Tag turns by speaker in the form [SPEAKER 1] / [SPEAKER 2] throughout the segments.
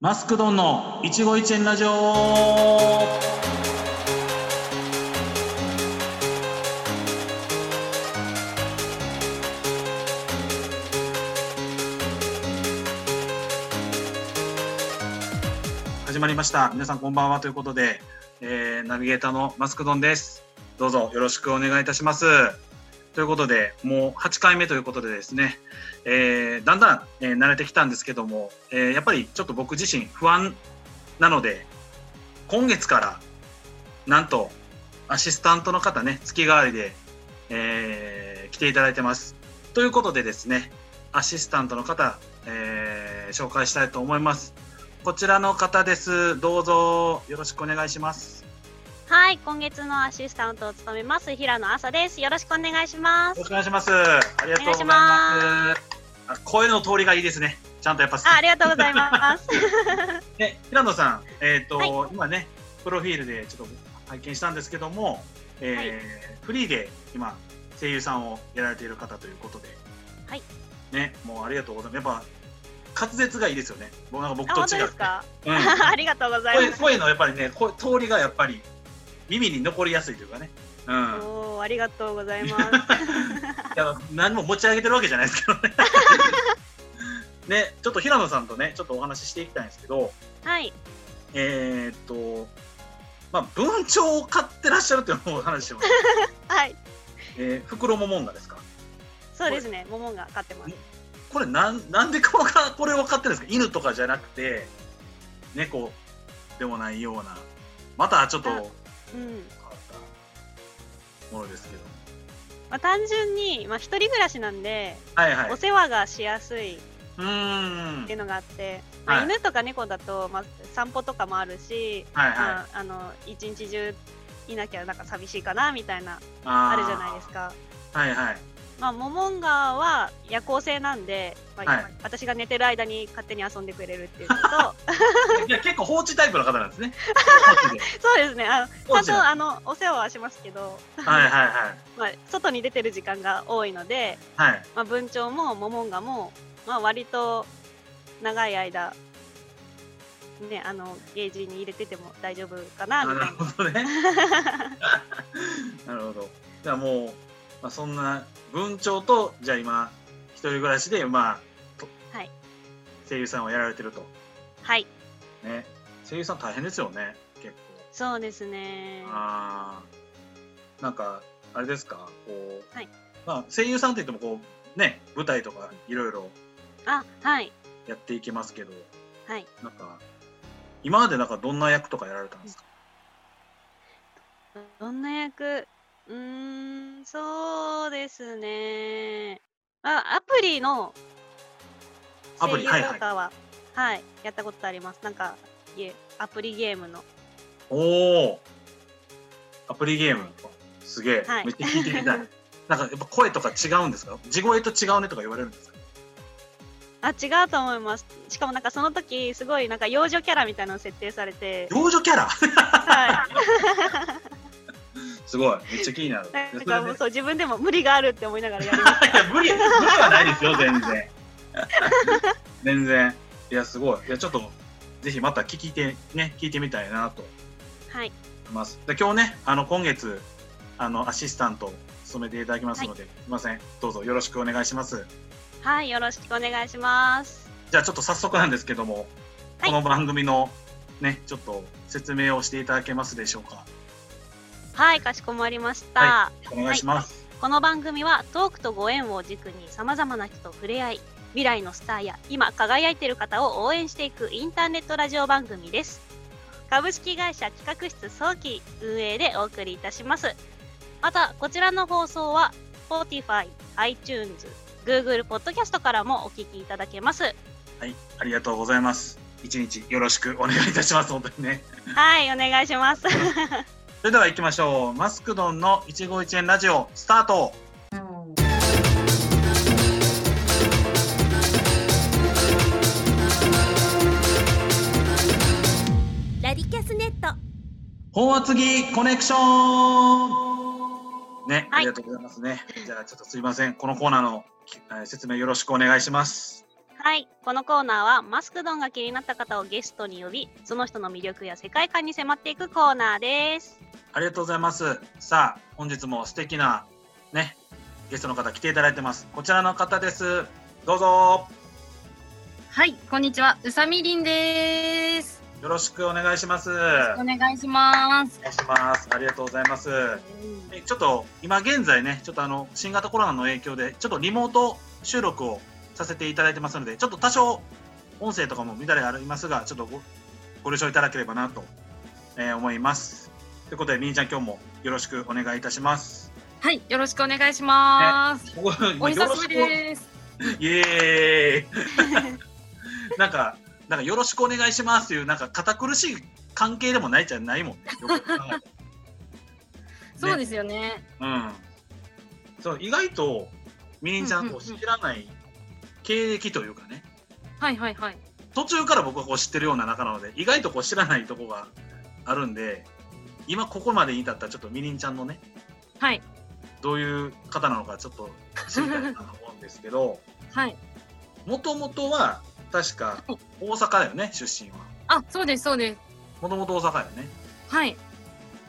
[SPEAKER 1] マスクドンの一期一会ラジオ。始まりました。皆さんこんばんはということで、えーナビゲーターのマスクドンです。どうぞよろしくお願いいたします。ということで、もう8回目ということでですね、えーだんだん、えー慣れてきたんですけども、えーやっぱりちょっと僕自身不安なので今月からなんとアシスタントの方ね月替わりで、えー来ていただいてます。ということでですねアシスタントの方、えー紹介したいと思います。こちらの方です。どうぞよろしくお願いします。
[SPEAKER 2] はい、今月のアシスタントを務めます平野朝です。よろしくお願いしま
[SPEAKER 1] よろしくお
[SPEAKER 2] す。
[SPEAKER 1] 願いします。ありがとうございます。あ声の通りがいいですね。ちゃんとやっぱ
[SPEAKER 2] あ、ありがとうござ います。
[SPEAKER 1] で平野さん、えっと
[SPEAKER 2] は
[SPEAKER 1] 今ね、プロフィールでちょっと拝見したんですけども、えー
[SPEAKER 2] はい
[SPEAKER 1] フリーで今、声優さんをやられている方ということで、
[SPEAKER 2] はい
[SPEAKER 1] ね、もうありがとうございます。やっぱ滑舌がいいですよね、もうなんか僕
[SPEAKER 2] あ、
[SPEAKER 1] と
[SPEAKER 2] 本当
[SPEAKER 1] 違
[SPEAKER 2] で
[SPEAKER 1] っ
[SPEAKER 2] す
[SPEAKER 1] て、
[SPEAKER 2] か。
[SPEAKER 1] うん
[SPEAKER 2] ありがとうござい
[SPEAKER 1] 声
[SPEAKER 2] ます。
[SPEAKER 1] 声のやっぱりね、声通りがやっぱり耳に残りやすいというかね、うん、
[SPEAKER 2] おー、ありがとうご ざいます。
[SPEAKER 1] いや何も持ち上げてるわけじゃないですけど ね。ね、ちょっと平野さんとね、ちょっとお話ししていきたいんですけど、
[SPEAKER 2] はい、
[SPEAKER 1] えーっと、まあ、文鳥を買ってらっしゃるというのもお 話してます。
[SPEAKER 2] はい、
[SPEAKER 1] えー、袋ももんがですか。
[SPEAKER 2] そうですね。モモンが飼ってます。
[SPEAKER 1] これなん、なんでこのか、これを買ってるんですか。犬とかじゃなくて。猫でもないような。またちょっと変
[SPEAKER 2] あ
[SPEAKER 1] わっ
[SPEAKER 2] うん、
[SPEAKER 1] たものですけど。
[SPEAKER 2] まあ、単純に、まあ、一人暮らしなんで、
[SPEAKER 1] はいはい。
[SPEAKER 2] お
[SPEAKER 1] う
[SPEAKER 2] 世話がしやすいっ
[SPEAKER 1] ーん。
[SPEAKER 2] ていうのがあって。まあ
[SPEAKER 1] はい
[SPEAKER 2] 犬とか猫だと、まあ、散歩とかもあるし、
[SPEAKER 1] はいはい。
[SPEAKER 2] まあ、あの、一日中。いなきゃ、なんか寂しいかなみたいな、
[SPEAKER 1] あ
[SPEAKER 2] あ
[SPEAKER 1] ー
[SPEAKER 2] るじゃないです。か。
[SPEAKER 1] はいはい。
[SPEAKER 2] まあ、モモンガは夜行性なんで、まあ
[SPEAKER 1] はい
[SPEAKER 2] 私が寝てる間に勝手に遊んでくれるっていうの と
[SPEAKER 1] いや、結構放置タイプの方なんです ね。放置で
[SPEAKER 2] そうですねあ
[SPEAKER 1] 放
[SPEAKER 2] の
[SPEAKER 1] 置
[SPEAKER 2] ち
[SPEAKER 1] な
[SPEAKER 2] ゃん
[SPEAKER 1] ん
[SPEAKER 2] とあのお世話はしますけど、
[SPEAKER 1] はいはいはい。
[SPEAKER 2] まあ、外に出てる時間が多いので、
[SPEAKER 1] はい。
[SPEAKER 2] まあ、文鳥もモモンガも、まあ、割と長い間、ね、あのゲージに入れてても大丈夫かな
[SPEAKER 1] あ
[SPEAKER 2] み
[SPEAKER 1] な
[SPEAKER 2] た
[SPEAKER 1] る
[SPEAKER 2] いな。
[SPEAKER 1] ほどね。 なるほど。じゃあもう、まあ、そんな文鳥と、じゃあ今、一人暮らしで、まあ、と
[SPEAKER 2] はい
[SPEAKER 1] 声優さんをやられてると。
[SPEAKER 2] はい
[SPEAKER 1] ね。声優さん大変ですよね、結
[SPEAKER 2] そうですね
[SPEAKER 1] 構。ああ。なんか、あれですか、こう、
[SPEAKER 2] はい
[SPEAKER 1] まあ、声優さんといっても、こう、ね、舞台とかいろいろ
[SPEAKER 2] あはい
[SPEAKER 1] やっていきますけど、
[SPEAKER 2] はい
[SPEAKER 1] なんか、今までなんかどんな役とかやられたんですか、
[SPEAKER 2] どんな役うーん、そうですね。あ、アプリの
[SPEAKER 1] アプ
[SPEAKER 2] 声
[SPEAKER 1] リ
[SPEAKER 2] 優
[SPEAKER 1] はいはい
[SPEAKER 2] とかは、はい、やったことあります。なんか、ゲアプリゲームの。
[SPEAKER 1] おおアプリゲームすげえ、
[SPEAKER 2] はい
[SPEAKER 1] めっちゃ聞いてみ たいなんかやっぱ声とか違うんですか地声と違うねとか言われるん ですか
[SPEAKER 2] あ、違うと思います。しかもなんかその時、すごいなんか幼女キャラみたいなの設定されて、
[SPEAKER 1] 幼女キャラ
[SPEAKER 2] はい。
[SPEAKER 1] すごいめっちゃ気になる
[SPEAKER 2] なん
[SPEAKER 1] それ
[SPEAKER 2] か
[SPEAKER 1] ね
[SPEAKER 2] もうそう、自分でも無理があるって思いながらやりまし
[SPEAKER 1] いや無理無理はないですよ全然 全然いやすごいいやちょっとぜひまた聞いてね聞いてみたいなと思
[SPEAKER 2] た。はい。
[SPEAKER 1] いますで今日ねあの今月あのアシスタントを務めていただきますので、すいませんどうぞよろしくお願いします
[SPEAKER 2] はい、よろしくお願いします。
[SPEAKER 1] じゃあちょっと早速なんですけども、
[SPEAKER 2] はい
[SPEAKER 1] この番組のねちょっと説明をしていただけますでしょうか。
[SPEAKER 2] はい、かしこまりました。
[SPEAKER 1] はお願いします。
[SPEAKER 2] この番組はトークとご縁を軸にさまざまな人と触れ合い未来のスターや今輝いている方を応援していくインターネットラジオ番組です株式会社企画室早期運営でお送りいたしますまたこちらの放送は Spotify、iTunes、Google ポッドキャストからもお聞きいただけます
[SPEAKER 1] はい、ありがとうございます。一日よろしくお願いいたします。本当にね。
[SPEAKER 2] はいお願いします
[SPEAKER 1] それでは行きましょう。マスクドンの一期一会ラジオスタート。
[SPEAKER 3] ラディキャスネット
[SPEAKER 1] 本厚木コネクション。ね、
[SPEAKER 2] はい
[SPEAKER 1] ありがとうございますね。じゃあちょっとすいません。このコーナーのきえー説明よろしくお願いします。
[SPEAKER 2] はい、このコーナーはマスクドンが気になった方をゲストに呼び、その人の魅力や世界観に迫っていくコーナーです。
[SPEAKER 1] ありがとうございます。さあ、本日も素敵なね、ゲストの方来ていただいてます。こちらの方です。どうぞ。
[SPEAKER 4] はい、こんにちは、うさみりんです。
[SPEAKER 1] よろしくお願いします。お
[SPEAKER 4] お
[SPEAKER 1] 願
[SPEAKER 4] 願いします。
[SPEAKER 1] いします。ありがとうございます。えちょっと今現在ね、ちょっとあの新型コロナの影響で、ちょっとリモート収録をさせていただいてますので、ちょっと多少音声とかも乱れありますが、ちょっとごご了承いただければなと、えー思います。ということで、みーちゃん今日もよろしくお願いいたします。
[SPEAKER 4] はい、よろしくお願いします。
[SPEAKER 1] お
[SPEAKER 4] お久しぶりです。
[SPEAKER 1] イエーイなんか、なんかよろしくお願いしますという、なんか堅苦しい関係でもないじゃないもんね。よく考えたら
[SPEAKER 4] そうですよね。
[SPEAKER 1] うん。そう、意外と、みりんちゃんこう
[SPEAKER 4] うんうんうん
[SPEAKER 1] 知らない経歴というかね、
[SPEAKER 4] はいはいはい。
[SPEAKER 1] 途中から僕はこう知ってるような仲なので、意外とこう知らないとこがあるんで、今ここまでに至ったちょっとみりんちゃんのね、
[SPEAKER 4] はい。
[SPEAKER 1] どういう方なのかちょっと知りたいなと思うんですけど、
[SPEAKER 4] はい。
[SPEAKER 1] もともとは確か大阪だよね、出身は。
[SPEAKER 4] あ、そうです、そうです。
[SPEAKER 1] もともと大阪よね。
[SPEAKER 4] はい。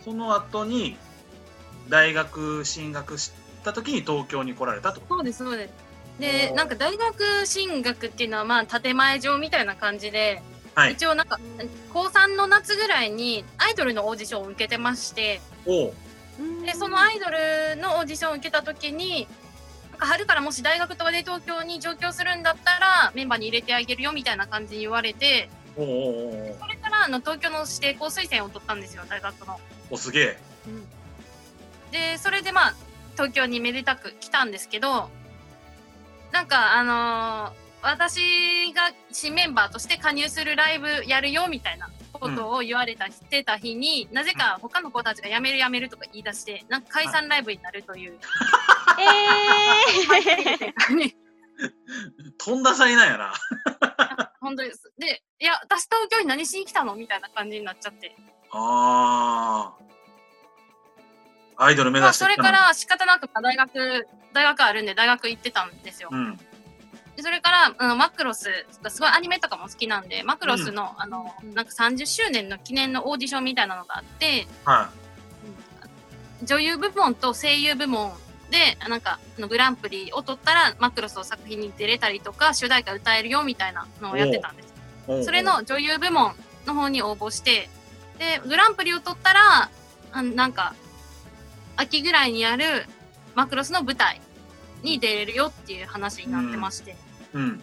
[SPEAKER 1] その後に大学進学した時に東京に来られたってこと
[SPEAKER 4] そうです、そうです。
[SPEAKER 1] お
[SPEAKER 4] で、
[SPEAKER 1] ー
[SPEAKER 4] なんか大学進学っていうのは、まあ、建前上みたいな感じで、
[SPEAKER 1] はい
[SPEAKER 4] 一応なんか、高3の夏ぐらいにアイドルのオーディションを受けてまして、
[SPEAKER 1] おう
[SPEAKER 4] で、そのアイドルのオーディションを受けた時に、なんか春からもし大学とかで東京に上京するんだったら、メンバーに入れてあげるよみたいな感じに言われて、
[SPEAKER 1] おうおうおう
[SPEAKER 4] それからあの東京の指定校推薦を取ったんですよ、大学の。
[SPEAKER 1] おすげえ
[SPEAKER 4] で、それでまあ、東京にめでたく来たんですけど、なんかあのー私が新メンバーとして加入するライブやるよみたいなことを言われた、してた日になぜか他の子たちが辞める辞めるとか言い出してなんか解散ライブになるという
[SPEAKER 2] え
[SPEAKER 1] とんださいなんやな
[SPEAKER 4] 本当です。で、いや、私東京に何しに来たのみたいな感じになっちゃって。
[SPEAKER 1] あーアイドル目
[SPEAKER 4] まあ、
[SPEAKER 1] 指して
[SPEAKER 4] そ
[SPEAKER 1] き
[SPEAKER 4] れ
[SPEAKER 1] たの
[SPEAKER 4] から仕方なくまあ大学、大学あるんで大学行ってたんですよ。
[SPEAKER 1] うん
[SPEAKER 4] でそれから、あのマクロス、すごいアニメとかも好きなんで、マクロスの、あの
[SPEAKER 2] う、ん
[SPEAKER 4] なんか30周年の記念のオーディションみたいなのがあって、
[SPEAKER 1] は
[SPEAKER 4] 女優部門と声優部門で、なんか、あのグランプリを取ったら、マクロスの作品に出れたりとか、主題歌歌えるよみたいなのをやってたんで
[SPEAKER 1] い
[SPEAKER 4] す。
[SPEAKER 1] おうおう
[SPEAKER 4] それの女優部門の方に応募して、で、グランプリを取ったら、あなんか、秋ぐらいにやるマクロスの舞台に出れるよっていう話になってまして、
[SPEAKER 1] うん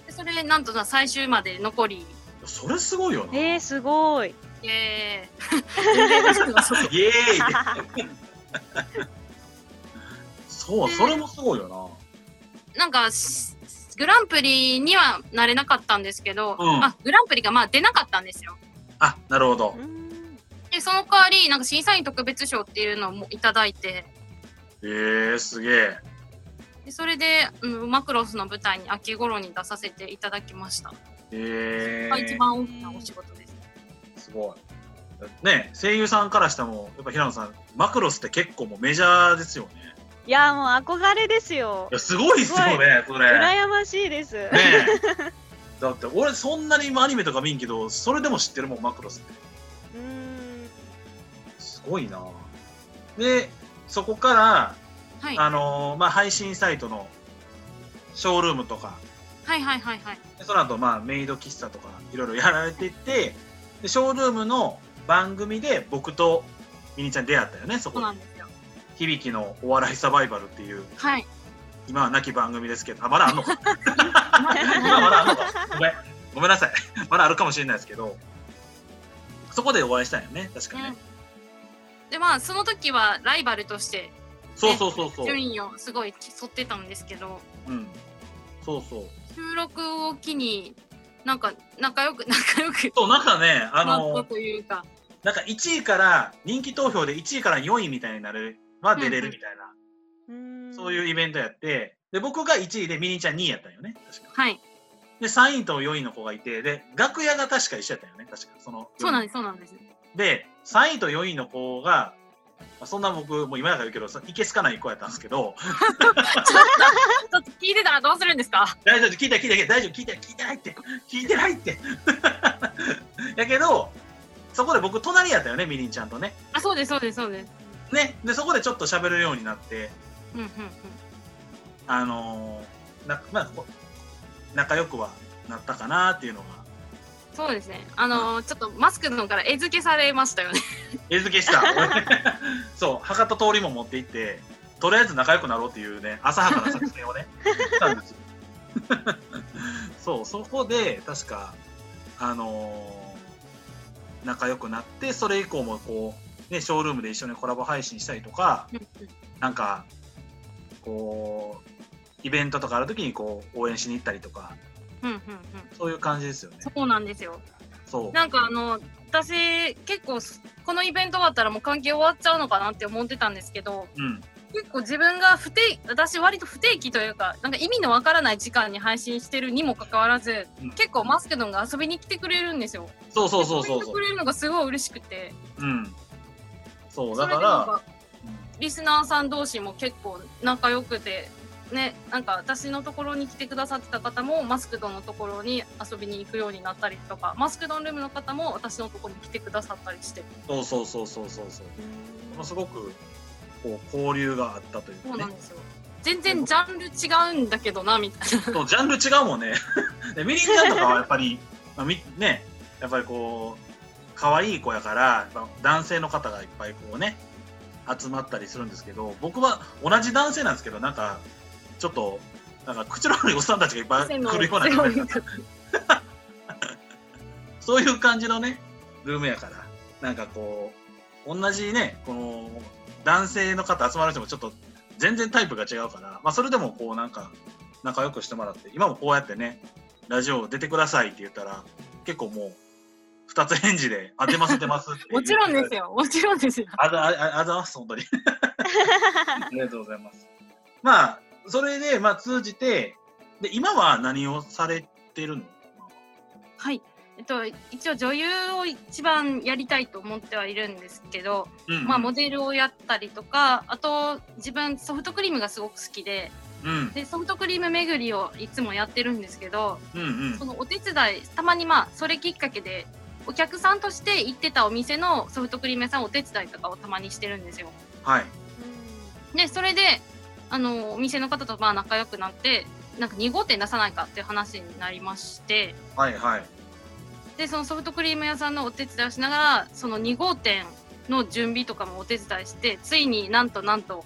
[SPEAKER 4] でそれなんとさ最終まで残り、
[SPEAKER 1] それすごいよ
[SPEAKER 2] ー、
[SPEAKER 1] な
[SPEAKER 2] えー、すごい。
[SPEAKER 4] え ー、全然ですけどそうそう
[SPEAKER 1] イエーイそうそれもすごいよ
[SPEAKER 4] なんか、しグランプリにはなれなかったんですけど、
[SPEAKER 1] うん
[SPEAKER 4] あグランプリがまあ出なかったんですよ。
[SPEAKER 1] なあなるほど
[SPEAKER 2] うん
[SPEAKER 4] で、その代わり、なんか審査員特別賞っていうのもいただいて、
[SPEAKER 1] えー、すげえ
[SPEAKER 4] でそれで、うん、マクロスの舞台に秋頃に出させていただきました。
[SPEAKER 1] え
[SPEAKER 4] が
[SPEAKER 1] ー
[SPEAKER 4] 一、番大きなお仕事です。
[SPEAKER 1] すごい。ね声優さんからしてもやっぱ平野さんマクロスって結構もうメジャーですよね。
[SPEAKER 2] いやーもう憧れですよ
[SPEAKER 1] い。やすごいっすよねそれ。 ね
[SPEAKER 2] 羨ましいです。
[SPEAKER 1] えだって俺そんなに今アニメとか見んけどそれでも知ってるもんマクロスって
[SPEAKER 2] うん
[SPEAKER 1] すごいな。でそこから、
[SPEAKER 4] はい、は
[SPEAKER 1] あのーまあ、配信サイトのショールームとか
[SPEAKER 4] いはいはいはい。
[SPEAKER 1] でその後、まあメイド喫茶とかいろいろやられててでショールームの番組で僕とミニちゃん出会ったよねそ
[SPEAKER 4] そ
[SPEAKER 1] こ
[SPEAKER 4] う
[SPEAKER 1] で
[SPEAKER 4] なんですよ。
[SPEAKER 1] 響きのお笑いサバイバルっていう
[SPEAKER 4] はい。
[SPEAKER 1] 今は亡き番組ですけど、あまだあんのか。 今はまだあんのか。ごめん、ごめんなさい。 まだあるかもしれないですけど、そこでお会いしたんよね、確かね。
[SPEAKER 4] でまあその時はライバルとして
[SPEAKER 1] そうそうそうそう。
[SPEAKER 4] 順位をすごい競ってたんですけど、
[SPEAKER 1] うん。そうそう。
[SPEAKER 4] 収録を機になんか仲良く 仲良く
[SPEAKER 1] そう、なんかね、あ
[SPEAKER 4] なった
[SPEAKER 1] の、
[SPEAKER 4] というか、
[SPEAKER 1] なんか1位から、人気投票で1位から4位みたいになる、は出れるみたいな、
[SPEAKER 2] うん
[SPEAKER 1] そういうイベントやって、で、僕が1位で、ミニちゃん2位やったんよね、確か。
[SPEAKER 4] はい。
[SPEAKER 1] で、3位と4位の子がいて、で、楽屋が確か一緒やったんよね、確か。その、
[SPEAKER 4] そうなんですそうなんです。
[SPEAKER 1] で、3位と4位の子が、まあそんな僕もう今だから言うけどそいけすかない子やったんですけど
[SPEAKER 4] ちょっと聞いてたらどうするんですか
[SPEAKER 1] 大丈夫聞いた聞いた聞いた大丈夫聞いた聞いてないって聞いてないって やけどそこで僕隣やったよねみりんちゃんとね
[SPEAKER 4] あそうですそうですそうです
[SPEAKER 1] ねでそこでちょっと喋るようになって
[SPEAKER 4] うんうんうん
[SPEAKER 1] あのーなまあこ仲良くはなったかなっていうのが
[SPEAKER 4] そうですねあのーちょっとマスクの方から餌付けされましたよね
[SPEAKER 1] 餌付けした そう博多通りも持って行ってとりあえず仲良くなろうっていうね浅はかな作戦 をねしたんですよ そうそこで確かあのー仲良くなってそれ以降もこうねショールームで一緒にコラボ配信したりとかなんかこうイベントとかある時にこう応援しに行ったりとか
[SPEAKER 4] うんうんうん
[SPEAKER 1] そういう感じですよね
[SPEAKER 4] そうなんですよ
[SPEAKER 1] そう
[SPEAKER 4] なんかあの私結構すこのイベント終わったらもう関係終わっちゃうのかなって思ってたんですけど
[SPEAKER 1] うん
[SPEAKER 4] 結構自分が不定私割と不定期というかなんか意味のわからない時間に配信してるにもかかわらず
[SPEAKER 1] うん
[SPEAKER 4] 結構マスクドンが遊びに来てくれるんですよ。
[SPEAKER 1] そうそうそうそう
[SPEAKER 4] 遊びに来
[SPEAKER 1] そ
[SPEAKER 4] てくれるのがすごい嬉しくて
[SPEAKER 1] ううんそう
[SPEAKER 4] そ
[SPEAKER 1] だ
[SPEAKER 4] れで
[SPEAKER 1] か
[SPEAKER 4] なん
[SPEAKER 1] ら
[SPEAKER 4] かリスナーさん同士も結構仲良くて。ね、なんか私のところに来てくださってた方もマスクドンのところに遊びに行くようになったりとかマスクドンルームの方も私のところに来てくださったりして
[SPEAKER 1] そうそうそうそうそうそう。ものすごくこう交流があったという
[SPEAKER 4] そう
[SPEAKER 1] か
[SPEAKER 4] な
[SPEAKER 1] ね
[SPEAKER 4] ん。ですよ。全然ジャンル違うんだけどなみたいな。
[SPEAKER 1] そうジャンル違うもんね。 でミリンちゃんとかはやっぱり、 まあ、みねやっぱりこう可愛い子やからやっぱ男性の方がいっぱいこうね集まったりするんですけど僕は同じ男性なんですけどなんかちょっとなんか口の悪いおっさんたちがいっぱい来 るような感じだったそういう感じのねルームやからなんかこう同じねこの男性の方集まる人もちょっと全然タイプが違うから、まあ、それでもこうなんか仲良くしてもらって今もこうやってねラジオ出てくださいって言ったら結構もう二つ返事で当てます出ますって
[SPEAKER 4] もちろんです
[SPEAKER 1] よ
[SPEAKER 4] よ。もちろんですよ。
[SPEAKER 1] あざあざあざます本 当にありがとうございますまあそれでまあ通じてで今は何をされてるの
[SPEAKER 4] はい。えっと一応女優を一番やりたいと思ってはいるんですけど、
[SPEAKER 1] うん
[SPEAKER 4] まあモデルをやったりとか、あと自分ソフトクリームがすごく好きで、
[SPEAKER 1] うん
[SPEAKER 4] でソフトクリーム巡りをいつもやってるんですけど、
[SPEAKER 1] うんうん
[SPEAKER 4] そのお手伝いたまにまあそれきっかけで。お客さんとして行ってたお店のソフトクリーム屋さんお手伝いとかをたまにしてるんですよ。
[SPEAKER 1] はい
[SPEAKER 4] でそれであのお店の方とまあ仲良くなってなんか2号店出さないかっていう話になりまして
[SPEAKER 1] はいはい
[SPEAKER 4] でそのソフトクリーム屋さんのお手伝いをしながらその2号店の準備とかもお手伝いしてついになんとなんと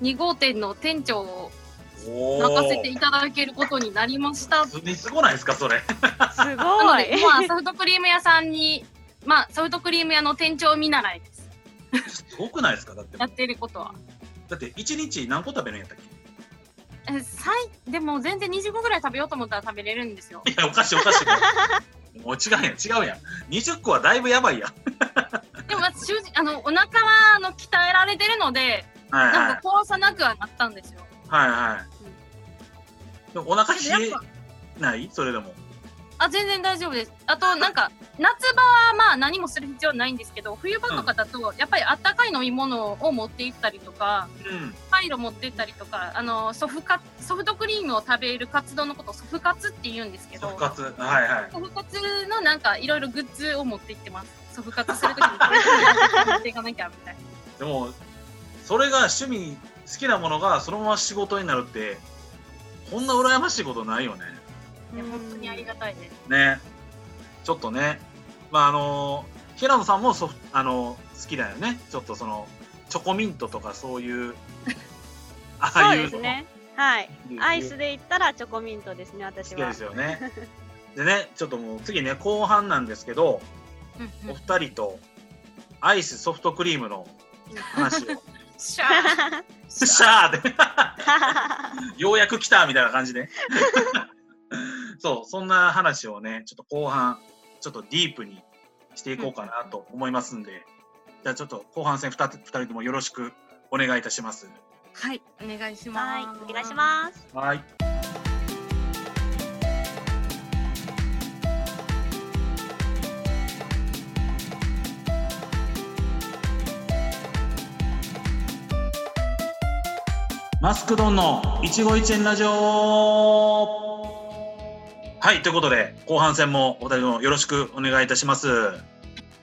[SPEAKER 4] 2号店の店長を
[SPEAKER 1] お
[SPEAKER 4] 任せていただけることになりました
[SPEAKER 1] すすごないですかそれ
[SPEAKER 2] す
[SPEAKER 4] な
[SPEAKER 2] ご
[SPEAKER 4] の
[SPEAKER 2] い
[SPEAKER 4] で。今はソフトクリーム屋さんにまあソフトクリーム屋の店長見習いです
[SPEAKER 1] すごくないですかだって
[SPEAKER 4] やってることは
[SPEAKER 1] だって一日何個食べるんやったっけ
[SPEAKER 4] え最でも全然25ぐらい食べようと思ったら食べれるんですよ
[SPEAKER 1] いやおかしいおかしいもう違うやん違うやん20個はだいぶやばいやん
[SPEAKER 4] でもまず主人あのお腹はあの鍛えられてるので
[SPEAKER 1] はいはい
[SPEAKER 4] なんか壊さなくはなったんですよ。
[SPEAKER 1] はいはい、でもお腹冷
[SPEAKER 4] でもやっ
[SPEAKER 1] え
[SPEAKER 4] ぱ
[SPEAKER 1] ないそれでも
[SPEAKER 4] あ全然大丈夫です。あとなんか夏場はまあ何もする必要ないんですけど冬場とかだとやっぱりあったかい飲み物を持って行ったりとか
[SPEAKER 1] うん
[SPEAKER 4] カイロ持って行ったりとかあのソフカソフトクリームを食べる活動のことをソフ活って言うんですけど
[SPEAKER 1] ソフカツはいはい
[SPEAKER 4] ソフ活のなんかいろいろグッズを持って行ってます。ソフ活するときにこれ持っていかなきゃみたいな。
[SPEAKER 1] でもそれが趣味好きなものがそのまま仕事になるってこんな羨ましいことないよね
[SPEAKER 4] いや本当にありがたいです。
[SPEAKER 1] ねちょっとねまああの平野さんもソフあの好きだよねちょっとそのチョコミントとかそういう あ
[SPEAKER 2] そうですね。はい。
[SPEAKER 1] の
[SPEAKER 2] アイスで言ったらチョコミントですね、私
[SPEAKER 1] 好きで
[SPEAKER 2] は
[SPEAKER 1] す。よねでねちょっともう次ね後半なんですけど
[SPEAKER 4] うんう
[SPEAKER 1] お
[SPEAKER 4] ん
[SPEAKER 1] 二人とアイスソフトクリームの話を
[SPEAKER 4] シャー
[SPEAKER 1] シャーってようやく来たみたいな感じで そうそんな話をねちょっと後半ちょっとディープにしていこうかなと思いますんで、じゃあちょっと後半戦 2, つ2人ともよろしくお願いいたします
[SPEAKER 4] はい、お願いし
[SPEAKER 2] はい
[SPEAKER 4] ます。、
[SPEAKER 2] お願いします。
[SPEAKER 1] はい
[SPEAKER 4] す。
[SPEAKER 1] マスクドンの一期一会ラジオはい、ということで、後半戦もお二人もよろしくお願いいたします。は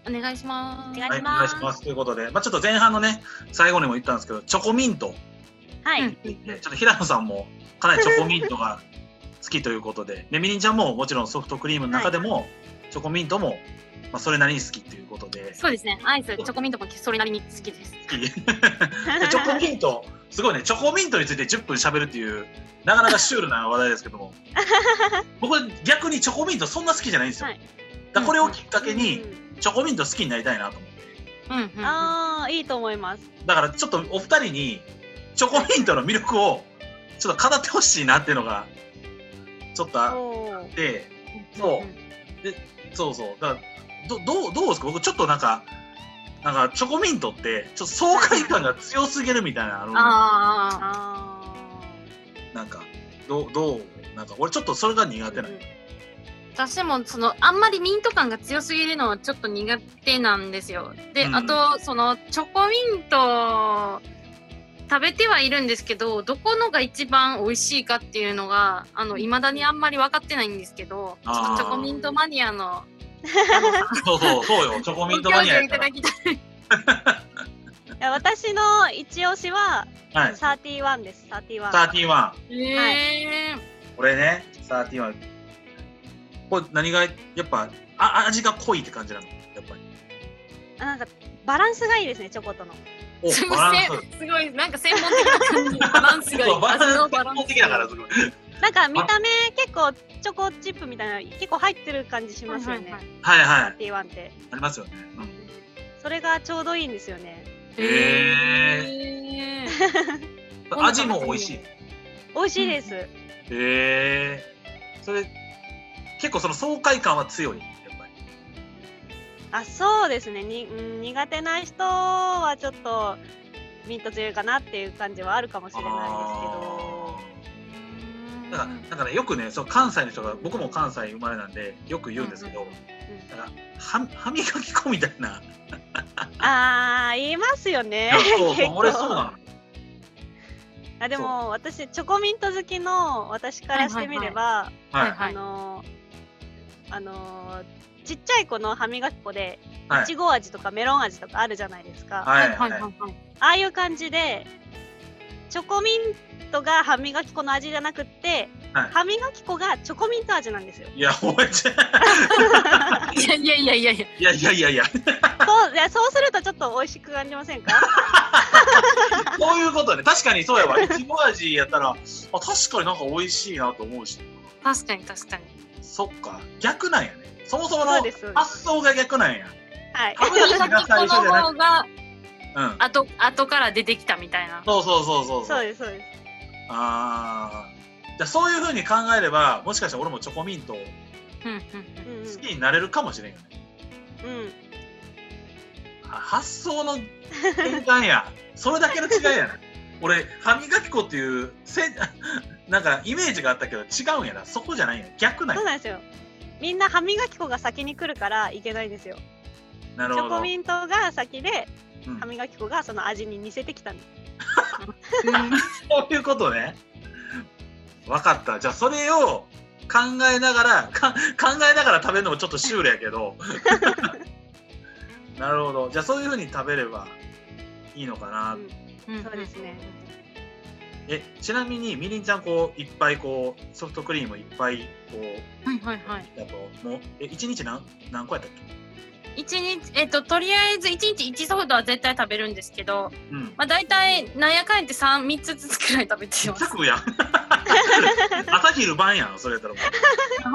[SPEAKER 4] お願いします。
[SPEAKER 2] お願
[SPEAKER 1] い、
[SPEAKER 2] いします
[SPEAKER 1] ということで、まあちょっと前半のね、最後にも言ったんですけど、チョコミント
[SPEAKER 2] はい、
[SPEAKER 4] うん
[SPEAKER 1] について、ちょっと平野さんもかなりチョコミントが好きということで、で、みりんちゃんももちろんソフトクリームの中でも、チョコミントも、まあそれなりに好きということで、
[SPEAKER 4] そうですね。アイス、チョコミントもそれなりに好きです。
[SPEAKER 1] 好きチョコミント、すごいね、チョコミントについて10分喋るっていう、なかなかシュールな話題ですけども、僕、逆にチョコミント、そんな好きじゃないんですよ。
[SPEAKER 2] はい
[SPEAKER 1] だからこれをきっかけに、
[SPEAKER 2] う
[SPEAKER 1] チョコミント好きになりたいなと思って、
[SPEAKER 4] うんうん、
[SPEAKER 2] ん
[SPEAKER 4] あ
[SPEAKER 2] ああいいと思います
[SPEAKER 1] だからちょっとお二人に、チョコミントの魅力を、ちょっと語ってほしいなっていうのが、ちょっとあ
[SPEAKER 2] おー
[SPEAKER 1] って、そう。で、そうそう。だから、どどうどうですか僕、ちょっとなんか、なんかチョコミントって、ちょっと爽快感が強すぎるみたいな、あの
[SPEAKER 4] あ
[SPEAKER 2] あ
[SPEAKER 1] なんかどうどうなんか俺ちょっとそれが苦 手なの、
[SPEAKER 4] ー私もそのあんまりミント感が強すぎるのはちょっと苦手なんですよで、
[SPEAKER 1] うん
[SPEAKER 4] あとそのチョコミント食べてはいるんですけどどこのが一番美味しいかっていうのがあの未だにあんまり分かってないんですけどちょっ
[SPEAKER 1] あー
[SPEAKER 4] とチョコミントマニアの
[SPEAKER 1] そうそうそうよチョコミントマニアや
[SPEAKER 4] い
[SPEAKER 1] か
[SPEAKER 4] た
[SPEAKER 1] ら
[SPEAKER 4] だきたい
[SPEAKER 2] ーいや私の一押しは
[SPEAKER 1] はい
[SPEAKER 2] サーティワンです。サーティワン。
[SPEAKER 1] サーティワン
[SPEAKER 4] えー
[SPEAKER 1] これねサーティワンこれ何がやっぱあ味が濃いって感じなのやっぱり
[SPEAKER 2] あなんかバランスがいいですね、チョコとの。
[SPEAKER 1] お
[SPEAKER 4] すごい
[SPEAKER 1] バランス
[SPEAKER 4] せんすごいなんか専門的な感じバランスがい
[SPEAKER 1] そ
[SPEAKER 4] いう
[SPEAKER 1] バラン
[SPEAKER 4] 味
[SPEAKER 1] ス
[SPEAKER 4] の
[SPEAKER 1] バランス的だからすごい
[SPEAKER 2] なんか見た目結構チョコチップみたいな結構入ってる感じしますよね。
[SPEAKER 4] はいはい
[SPEAKER 1] はいは
[SPEAKER 2] サー
[SPEAKER 1] い
[SPEAKER 2] ティワンって。
[SPEAKER 1] ありますよね、うん
[SPEAKER 2] それがちょうどいいんですよね。
[SPEAKER 4] えー
[SPEAKER 1] 味も美味しいへ
[SPEAKER 2] 美味しいです。
[SPEAKER 1] えそれ結構その爽快感は強いやっぱり
[SPEAKER 2] あ、そうですね。にうん苦手な人はちょっとミント強いかなっていう感じはあるかもしれない
[SPEAKER 1] あ
[SPEAKER 2] で
[SPEAKER 1] ーだからだからよくねそう関西の人が僕も関西生まれなんでよく言うんですけど、
[SPEAKER 2] すけ
[SPEAKER 1] だ
[SPEAKER 2] ど。
[SPEAKER 1] からは歯磨き粉みたいな、
[SPEAKER 2] うん、ああ、言いますよね。
[SPEAKER 1] そう
[SPEAKER 2] 結
[SPEAKER 1] そう
[SPEAKER 2] 構
[SPEAKER 1] 俺そうなの
[SPEAKER 2] あで
[SPEAKER 1] そ
[SPEAKER 2] も私チョコミント好きの私からしてみれば、
[SPEAKER 1] はい
[SPEAKER 4] はいはい
[SPEAKER 2] あのーあのーちっちゃい子の歯磨き粉で
[SPEAKER 1] はい
[SPEAKER 2] いちご味とかメロン味とかあるじゃないですか、
[SPEAKER 1] はい
[SPEAKER 4] は
[SPEAKER 1] はいい
[SPEAKER 4] はい
[SPEAKER 1] は
[SPEAKER 4] はいいはい
[SPEAKER 2] ああいう感じでチョコミントが歯磨き粉の味じゃなくって、
[SPEAKER 1] はい
[SPEAKER 2] 歯磨き粉がチョコミント味な んですよ。
[SPEAKER 1] いやお前ちゃ
[SPEAKER 4] いやいやいやいやいや
[SPEAKER 1] いやいやいやいや
[SPEAKER 2] そういやそうするとちょっと美味しく感じませんか
[SPEAKER 1] そういうことね確かにそうやわいちご味やったらあ確かになんか美味しいなと思うし
[SPEAKER 4] 確かに確かに
[SPEAKER 1] そっか逆なんやねそもそもの
[SPEAKER 2] そうですそうです。
[SPEAKER 1] 発想が逆なんや
[SPEAKER 2] はい、
[SPEAKER 1] 歯磨き粉
[SPEAKER 4] 先
[SPEAKER 1] が最初
[SPEAKER 4] っ
[SPEAKER 1] じゃな
[SPEAKER 4] の方
[SPEAKER 1] く
[SPEAKER 4] が
[SPEAKER 1] うん
[SPEAKER 4] 後後から出てきたみたいな
[SPEAKER 1] そうそうそうそう
[SPEAKER 2] そう
[SPEAKER 1] う
[SPEAKER 2] ですそうです。
[SPEAKER 1] あーじゃあそういうふうに考えればもしかしたら俺もチョコミント好
[SPEAKER 4] うんうん
[SPEAKER 2] うんうん
[SPEAKER 1] きになれるかもしれんよね、
[SPEAKER 2] うん
[SPEAKER 1] あ発想の転換 やそれだけの違いやな俺歯磨き粉っていうせなん かイメージがあったけど違うんやなそこじゃないんや逆なん
[SPEAKER 2] そう
[SPEAKER 1] や
[SPEAKER 2] なんですよ。みんな歯磨き粉が先に来るからいけないんですよ。
[SPEAKER 1] な
[SPEAKER 2] チ
[SPEAKER 1] るほ
[SPEAKER 2] ョ
[SPEAKER 1] ど
[SPEAKER 2] コミントが先で
[SPEAKER 1] うん
[SPEAKER 2] 歯磨き粉がその味に似せてきたんです。
[SPEAKER 4] うん
[SPEAKER 1] そういうことね分かったじゃあそれを考えながらか考えながら食べるのもちょっとシュールやけどなるほどじゃあそういうふうに食べればいいのかな、
[SPEAKER 2] うん
[SPEAKER 4] うんうん
[SPEAKER 2] そうですね。
[SPEAKER 1] えちなみにみりんちゃんこういっぱいこうソフトクリームいっぱいこう
[SPEAKER 4] はいはいはい
[SPEAKER 1] だともうえ一日何何個やったっけ？
[SPEAKER 4] 一日えっととりあえず一日一ソフトは絶対食べるんですけど
[SPEAKER 1] うん。
[SPEAKER 4] まあ大体なんやかんやって三三つずつくらい食べて ます
[SPEAKER 1] 百やん。朝昼晩やんそれやったらも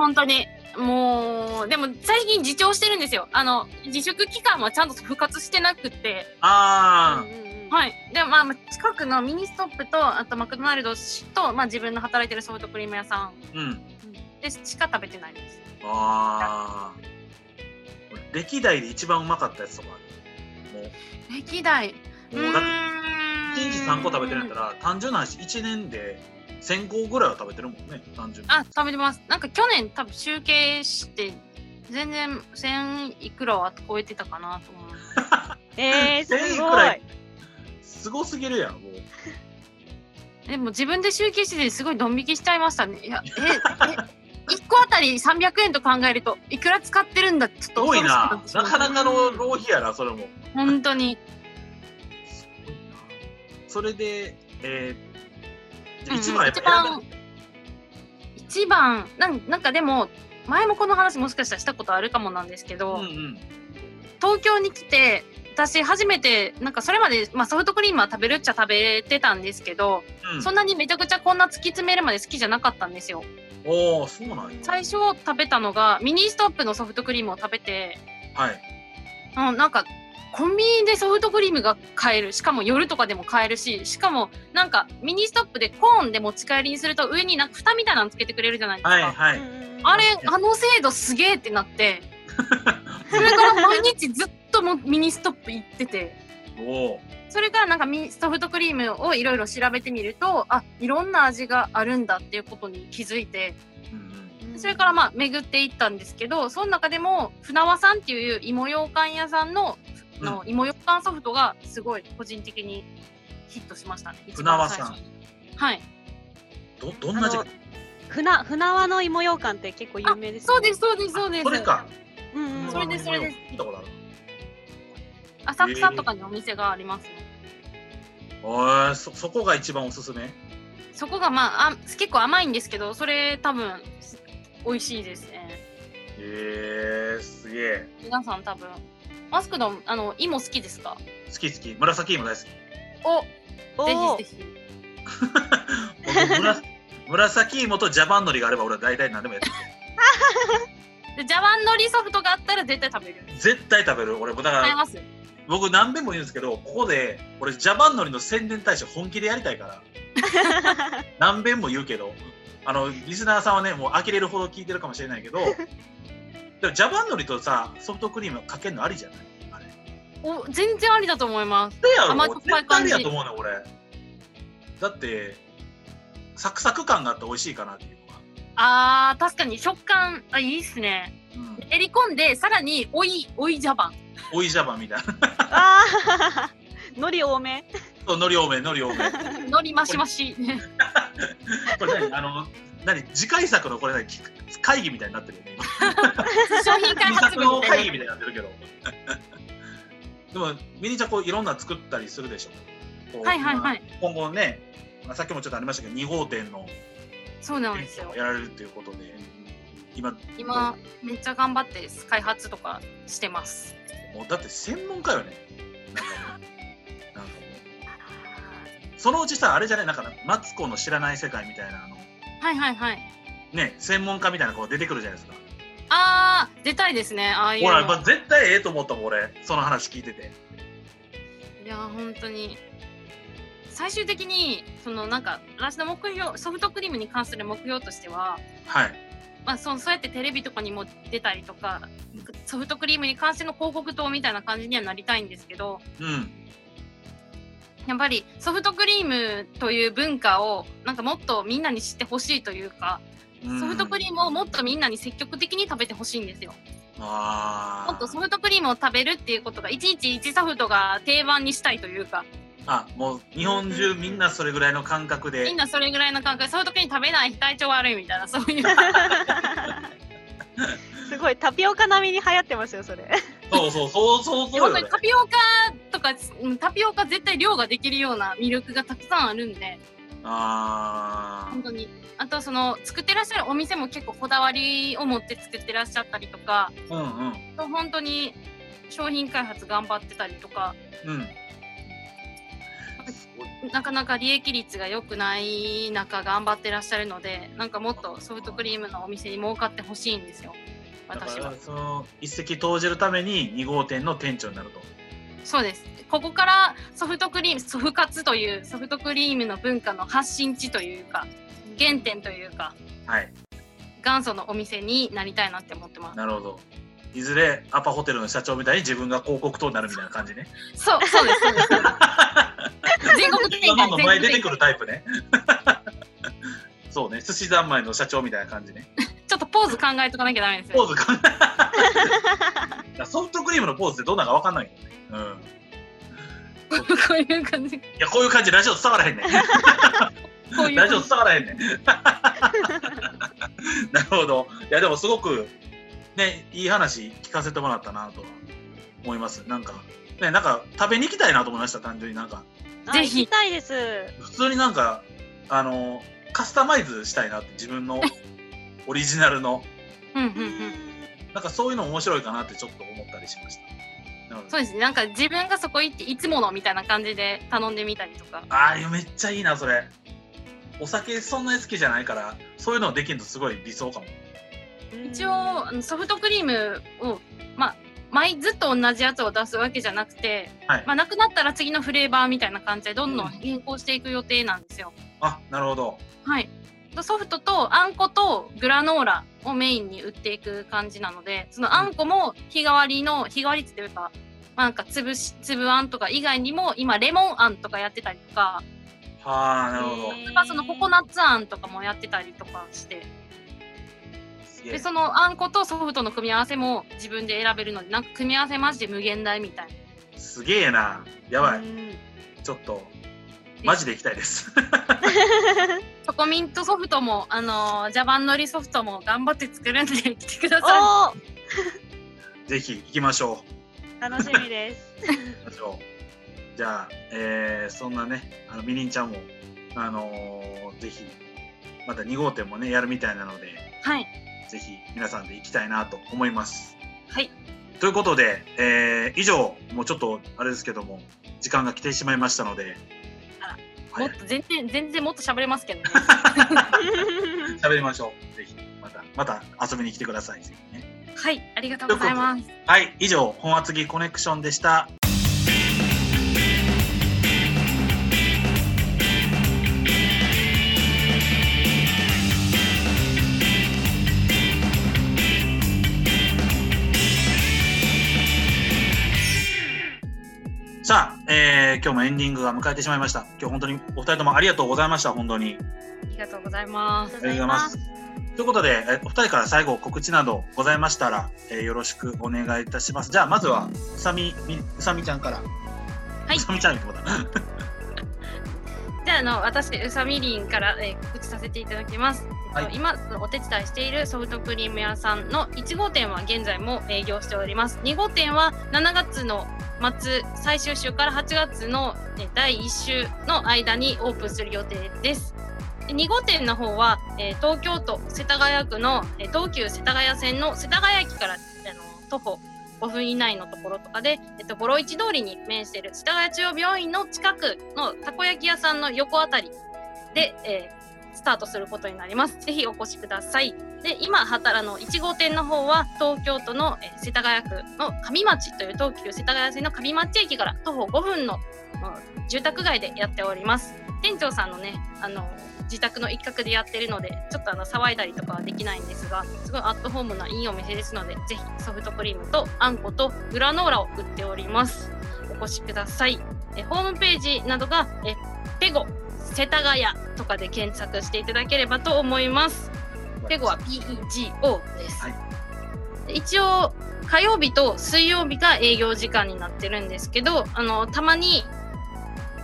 [SPEAKER 4] 本当にもうでも最近自重してるんですよあの自粛期間はちゃんと復活してなくて
[SPEAKER 1] う。あ
[SPEAKER 2] うんうんうん
[SPEAKER 4] はいでまあまあ近くのミニストップとあとマクドナルドと、まあ、自分の働いてるソフトクリーム屋さん
[SPEAKER 1] あ、うん。
[SPEAKER 4] でしか食べてないです
[SPEAKER 1] ああ。歴代で一番うまかったやつとかある。も
[SPEAKER 4] 歴代
[SPEAKER 1] うもうだって
[SPEAKER 4] ーん
[SPEAKER 1] 一日三個食べてるんやったら単純な話一年で千個ぐらいは食べてるもんね単純に。
[SPEAKER 4] あ食べてますなんか去年多分集計して全然1000いくらは超えてたかなと思う
[SPEAKER 2] えー、
[SPEAKER 1] 全員
[SPEAKER 2] す
[SPEAKER 1] いく
[SPEAKER 2] ご
[SPEAKER 1] ら
[SPEAKER 2] い
[SPEAKER 1] い。すごすぎるやんもう。
[SPEAKER 4] でも自分で集計しててすごいドン引きしちゃいましたね。いや、え、え、1個あたり300円と考えると、いくら使ってるんだ、ちょっ
[SPEAKER 1] す
[SPEAKER 4] と
[SPEAKER 1] ごい
[SPEAKER 4] 恐ろしく
[SPEAKER 1] な
[SPEAKER 4] っ。ちゃ
[SPEAKER 1] な
[SPEAKER 4] う
[SPEAKER 1] かなかの浪費やな、それも。
[SPEAKER 4] 本当に。
[SPEAKER 1] それで、えー、じゃ
[SPEAKER 4] う
[SPEAKER 1] あ一番
[SPEAKER 4] ん
[SPEAKER 1] やっ
[SPEAKER 4] 一
[SPEAKER 1] ぱ選
[SPEAKER 4] 番一番なんなんかでも前もこの話もしかしたらしたことあるかもなんですけど、
[SPEAKER 1] べうんうん。
[SPEAKER 4] 東京に来て私初めてなんかそれまで、まあ、ソフトクリームは食べるっちゃ食べてたんですけど、
[SPEAKER 1] うん、
[SPEAKER 4] そんなにめちゃくちゃこんな突き詰めるまで好きじゃなかったんですよ
[SPEAKER 1] おお、そうなんや。
[SPEAKER 4] 最初食べたのがミニストップのソフトクリームを食べて、
[SPEAKER 1] はい。
[SPEAKER 4] うん、なんかコンビニでソフトクリームが買えるしかも夜とかでも買えるししかもなんかミニストップでコーンで持ち帰りにすると上になんか蓋みたいなのつけてくれるじゃないですか、
[SPEAKER 1] はい、はい。
[SPEAKER 4] あれ、あの制度すげえってなって、それから毎日ずっともうミニストップ行ってて、
[SPEAKER 1] おお。
[SPEAKER 4] それからなんかミニソフトクリームをいろいろ調べてみると、あ、いろんな味があるんだっていうことに気づいて、
[SPEAKER 1] うん
[SPEAKER 4] それからまあ巡っていったんですけど、その中でも船和さんっていう芋羊羹屋さんの、
[SPEAKER 1] うん
[SPEAKER 4] の芋羊羹ソフトがすごい個人的にヒットしましたね。一
[SPEAKER 1] 船和
[SPEAKER 4] 番
[SPEAKER 1] さ
[SPEAKER 4] 最
[SPEAKER 1] ん
[SPEAKER 4] 初に。はい。
[SPEAKER 1] ど、どんな時
[SPEAKER 2] あの船船輪の芋羊羹って結構有名です、ね、
[SPEAKER 4] そうです、そうです、そうです。
[SPEAKER 1] それか。
[SPEAKER 2] うんうん、
[SPEAKER 4] それですそれです
[SPEAKER 1] 聞いたことある。
[SPEAKER 4] 浅草とかにお店がありますね。
[SPEAKER 1] おい、そ、そこが一番おすすめ。
[SPEAKER 4] そこがまああ結構甘いんですけどそれ多分す美味しいですね
[SPEAKER 1] ええー、すげえ。
[SPEAKER 4] 皆さん多分マスクのあの芋好きですか
[SPEAKER 1] 好き好き、紫芋大好き。
[SPEAKER 4] お
[SPEAKER 2] おー
[SPEAKER 4] ぜひぜひ
[SPEAKER 1] 僕むら紫芋とジャパンのりがあれば、俺は大体何でもやってる。
[SPEAKER 4] でジャワンのりソフトがあったら絶対食べる
[SPEAKER 1] 絶対食べる、俺もだか
[SPEAKER 4] 買え
[SPEAKER 1] ら、
[SPEAKER 4] ます
[SPEAKER 1] 僕何遍も言うんですけど、ここで、俺ジャパンのりの宣伝大使本気でやりたいから。何遍も言うけどあのリスナーさんはねもう呆れるほど聞いてるかもしれないけどでもジャパンのりとさソフトクリームかけるのありじゃないあれ
[SPEAKER 4] お全然ありだと思います
[SPEAKER 1] でやろ
[SPEAKER 4] 甘酸っぱい
[SPEAKER 1] 絶対あ
[SPEAKER 4] 感
[SPEAKER 1] り
[SPEAKER 4] じ
[SPEAKER 1] やと思うね俺だってサクサク感があって美味しいかなっていうのは、
[SPEAKER 4] あー確かに食感あいいっすね
[SPEAKER 1] うん、
[SPEAKER 4] えり込んでさらにおいおいジャバン
[SPEAKER 1] 追いジャパンみたいな
[SPEAKER 2] ああ のり 多め
[SPEAKER 1] そうのり多めのり多め
[SPEAKER 4] のりマシマシ
[SPEAKER 1] これ何あの何次回作のこれ何き会議みたいになってるよね今
[SPEAKER 4] 商品開
[SPEAKER 1] 自
[SPEAKER 4] 発
[SPEAKER 1] 作
[SPEAKER 4] 部
[SPEAKER 1] の
[SPEAKER 4] みた
[SPEAKER 1] 会
[SPEAKER 4] い
[SPEAKER 1] 議み
[SPEAKER 4] な
[SPEAKER 1] たいになってるけどでもミニちゃんこういろんな作ったりするでしょこう
[SPEAKER 4] はいはいはい
[SPEAKER 1] 今後ね、まあ、さっきもちょっとありましたけど2号店の
[SPEAKER 4] そうなん
[SPEAKER 1] 店
[SPEAKER 4] ですよ
[SPEAKER 1] 長をやられるということで今
[SPEAKER 4] 今めっちゃ頑張って開発とかしてます
[SPEAKER 1] もうだって専門家よねなんかもうなんかもうそのうちさあれじゃないなんかマツコの知らない世界みたいなあの
[SPEAKER 4] はいはいはい
[SPEAKER 1] ね専門家みたいな子が出てくるじゃないですか
[SPEAKER 4] あー出たいですねああいう
[SPEAKER 1] ほ
[SPEAKER 4] の
[SPEAKER 1] ら、まあ、絶対ええと思ったもん俺その話聞いてて
[SPEAKER 4] いや本当に最終的にそのなんか私の目標ソフトクリームに関する目標としては、
[SPEAKER 1] はい
[SPEAKER 4] まあ、そのそうやってテレビとかにも出たりとかソフトクリームに関しての広告塔みたいな感じにはなりたいんですけど
[SPEAKER 1] うん
[SPEAKER 4] やっぱりソフトクリームという文化をなんかもっとみんなに知ってほしいというか
[SPEAKER 1] うん
[SPEAKER 4] ソフトクリームをもっとみんなに積極的に食べてほしいんですよ。
[SPEAKER 1] あ
[SPEAKER 4] もっとソフトクリームを食べるっていうことが1日1ソフトが定番にしたいというか
[SPEAKER 1] あもう日本中みんなそれぐらいの感覚で
[SPEAKER 4] みんなそれぐらいの感覚ソフトクリーム食べない人体調悪いみたいなそういう
[SPEAKER 2] すごいタピオカ並みに流行ってますよそれ
[SPEAKER 1] そうそうそうそうそう
[SPEAKER 4] 本
[SPEAKER 1] よ
[SPEAKER 4] 当
[SPEAKER 1] ね
[SPEAKER 4] にタピオカとかうんタピオカ絶対量ができるような魅力がたくさんあるんで
[SPEAKER 1] あ
[SPEAKER 4] 本当にあとその作ってらっしゃるお店も結構こだわりを持って作ってらっしゃったりとか
[SPEAKER 1] ーうんうん
[SPEAKER 4] 本当に商品開発頑張ってたりとか
[SPEAKER 1] うん
[SPEAKER 4] なかなか利益率が良くない中頑張ってらっしゃるのでなんかもっとソフトクリームのお店に儲かってほしいんですよ
[SPEAKER 1] だか
[SPEAKER 4] 私は
[SPEAKER 1] らその一石投じるために2号店の店長になると
[SPEAKER 4] そうですここからソフトクリームソフ活というソフトクリームの文化の発信地というか原点というか
[SPEAKER 1] はい
[SPEAKER 4] 元祖のお店になりたいなって思ってます
[SPEAKER 1] なるほどいずれアパホテルの社長みたいに自分が広告塔になるみたいな感じね
[SPEAKER 4] そうそうですそうですそうです 全国
[SPEAKER 1] ど
[SPEAKER 4] 展
[SPEAKER 1] んどん
[SPEAKER 4] 開
[SPEAKER 1] どん
[SPEAKER 4] 全
[SPEAKER 1] 前
[SPEAKER 4] 国
[SPEAKER 1] 出て
[SPEAKER 4] 展
[SPEAKER 1] く
[SPEAKER 4] 開
[SPEAKER 1] るタイプねそうね寿司三昧の社長みたいな感じね
[SPEAKER 4] ちょっとポーズ考えとかなきゃダメです
[SPEAKER 1] ポー
[SPEAKER 4] よ
[SPEAKER 1] ズ考 えソフトクリームのポーズってどんなのか分かんないけどねうん
[SPEAKER 4] こういう感じ
[SPEAKER 1] いやこういう感じラジオ伝わらへんね
[SPEAKER 4] こういう
[SPEAKER 1] ラジオ伝わらへん ねん。なるほど。いや、でもすごく、ね、いい話聞かせてもらったなとは思います。なんか、ね、なんか食べに行きたいなと思いました、単純になんか。
[SPEAKER 2] あ
[SPEAKER 4] ぜひ
[SPEAKER 2] 行きたいです。
[SPEAKER 1] 普通になんか、あの、カスタマイズしたいなって、自分 のオリジナルの。
[SPEAKER 4] うんうんう
[SPEAKER 2] うん
[SPEAKER 4] ん
[SPEAKER 1] なんかそういうの面白いかなってちょっと思ったりしました。なので
[SPEAKER 4] そうですねなんか自分がそこ行っていつものみたいな感じで頼んでみたりとか
[SPEAKER 1] ああ、めっちゃいいな、それ。お酒そんなに好きじゃないから、そういうのできるのすごい理想かも。
[SPEAKER 4] 一応あのソフトクリームをまあ毎ずっと同じやつを出すわけじゃなくて、
[SPEAKER 1] はい
[SPEAKER 4] まあ、なくなったら次のフレーバーみたいな感じでどんどん変更していく予定なんですよ。
[SPEAKER 1] あ、なるほど。
[SPEAKER 4] はい、ソフトとあんことグラノーラをメインに売っていく感じなのでそのあんこも日替わりの日替わりって言えばまあなんか粒し粒あんとか以外にも今レモンあんとかやってたりとか
[SPEAKER 1] はあ、なるほど。
[SPEAKER 2] へー
[SPEAKER 4] それからそのココナッツあんとかもやってたりとかして
[SPEAKER 1] すげえ
[SPEAKER 4] でそのあんことソフトの組み合わせも自分で選べるのでなんか組み合わせマジで無限大みたいな。
[SPEAKER 1] すげえな。やばい。
[SPEAKER 2] うん
[SPEAKER 1] ちょっと、マジで行きたいです。
[SPEAKER 4] チョコミントソフトも、あのー、ジャパンのりソフトも頑張って作るんで来てくださ
[SPEAKER 2] おー
[SPEAKER 1] ぜひ行きましょ
[SPEAKER 2] 楽しみです。
[SPEAKER 1] う。行きましょうじゃあ、えーそんなね、あのみりんちゃんも、あのーぜひ、また2号店もね、やるみたいなので、
[SPEAKER 4] い。はい。
[SPEAKER 1] ぜひ皆さんで行きたいなと思います。
[SPEAKER 4] はい。
[SPEAKER 1] ということで、えー以上、もうちょっとあれですけども、時間が来てしまいましたので、
[SPEAKER 4] あら
[SPEAKER 1] は
[SPEAKER 4] もっ
[SPEAKER 1] い、
[SPEAKER 4] と全然、全然もっと喋れますけどね。
[SPEAKER 1] 喋りましょう。ぜひ、また、また遊びに来てください。ぜひね。
[SPEAKER 4] はい。ありがとうございます。
[SPEAKER 1] はい、以上、本厚木コネクションでした。さあ、えー今日もエンディングが迎えてしまいました。今日本当にお二人ともありがとうございました。本当に。
[SPEAKER 4] ありがとうございま
[SPEAKER 1] あり
[SPEAKER 4] す。
[SPEAKER 1] がとうございます。ということで、えお二人から最後告知などございましたら、えーよろしくお願いいたします。じゃあまずはうさみみうさみちゃんから。はいうさみちゃんってことだ。
[SPEAKER 4] じゃあ、あの、私、うさみりんから、えー告知させていただきます。
[SPEAKER 1] はい
[SPEAKER 4] えっと今お手伝いしているソフトクリーム屋さんの1号店は現在も営業しております2号店は7月の末最終週から8月のえ第1週の間にオープンする予定ですで2号店の方は、えー東京都世田谷区の、えー東急世田谷線の世田谷駅からあの徒歩5分以内のところとかで、えっと、五郎市通りに面している世田谷中央病院の近くのたこ焼き屋さんの横あたりで、えースタートすることになります。ぜひお越しください。で、今働の1号店の方は東京都のえー世田谷区の上町という東急世田谷線の上町駅から徒歩5分のまあ住宅街でやっております。店長さんのね、あの自宅の一角でやってるので、ちょっとあの騒いだりとかはできないんですが、すごいアットホームないいお店ですので、ぜひソフトクリームとあんことグラノーラを売っております。お越しください。えホームページなどがえペゴ世田谷とかで検索していただければと思います。ペゴは PEGO です。
[SPEAKER 1] はい
[SPEAKER 4] で一応火曜日と水曜日が営業時間になってるんですけど、あのたまに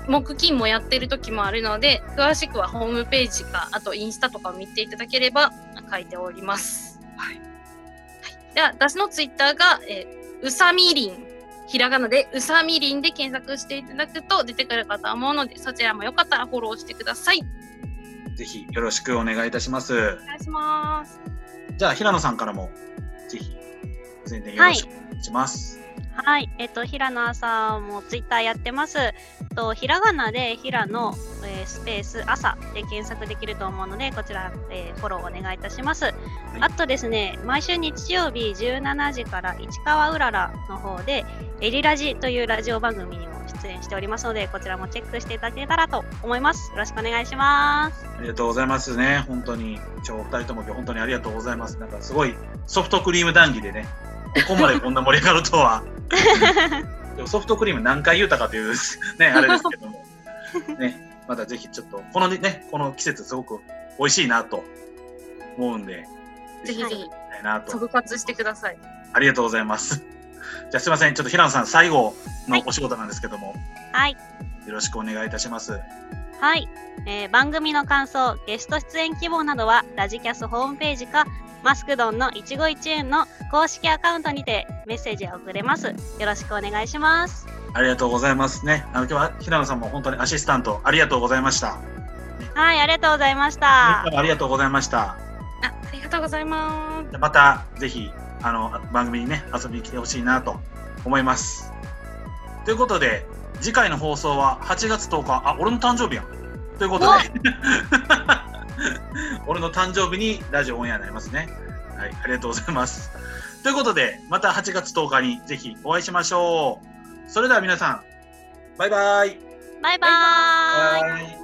[SPEAKER 4] 木金もやってる時もあるので、詳しくはホームページかあとインスタとかを見ていただければ書いております。
[SPEAKER 1] はい
[SPEAKER 4] はい、では私のツイッターが、えーうさみりんひらがなでうさみりんで検索していただくと出てくるかと思うのでそちらもよかったらフォローしてください。
[SPEAKER 1] ぜひよろしくお願いいたします
[SPEAKER 4] お。願いします。
[SPEAKER 1] じゃあ平野さんからもぜひ宣伝よろしくお願いします。
[SPEAKER 2] はい、えっと、平野さんもツイッターやってます。えっと、ひらがなで平野、えースペース朝で検索できると思うので、こちら、えーフォローお願いいたします。あとですね、毎週日曜日17時から市川うららの方で、エリラジというラジオ番組にも出演しておりますので、こちらもチェックしていただけたらと思います。よろしくお願いします。
[SPEAKER 1] ありがとうございますね。本当に今日お二人とも今日本当にありがとうございます。なんかすごいソフトクリーム談義でね、ここまでこんな盛り上がると は。でもソフトクリーム何回言うたかというねあれですけども、ねまたぜひちょっとこのねこの季節すごく美味しいなと思うんで、
[SPEAKER 4] ぜひぜ
[SPEAKER 1] 行
[SPEAKER 4] ひ
[SPEAKER 1] きたいなと
[SPEAKER 4] 特活してください。
[SPEAKER 1] ありがとうございます。じゃあすいませんちょっと平野さん最後のお仕事なんですけども、
[SPEAKER 2] はい。
[SPEAKER 1] よろしくお願いいたします。
[SPEAKER 2] はい、えー番組の感想ゲスト出演希望などはラジキャスホームページかマスクドンの一期一会の公式アカウントにてメッセージを送れますよろしくお願いします
[SPEAKER 1] ありがとうございますね。あの今日は平野さんも本当にアシスタントありがとうございました。
[SPEAKER 2] はいありがとうございました
[SPEAKER 1] ありがとうございました。
[SPEAKER 4] あありがとうございます。
[SPEAKER 1] またぜひあの番組にね遊びに来てほしいなと思います。ということで次回の放送は8月10日あ俺の誕生日やんということで 俺の誕生日にラジオオンエアになりますね。はいありがとうございます。ということでまた8月10日にぜひお会いしましょう。それでは皆さんバイバイ。
[SPEAKER 2] バイバーイ
[SPEAKER 1] イ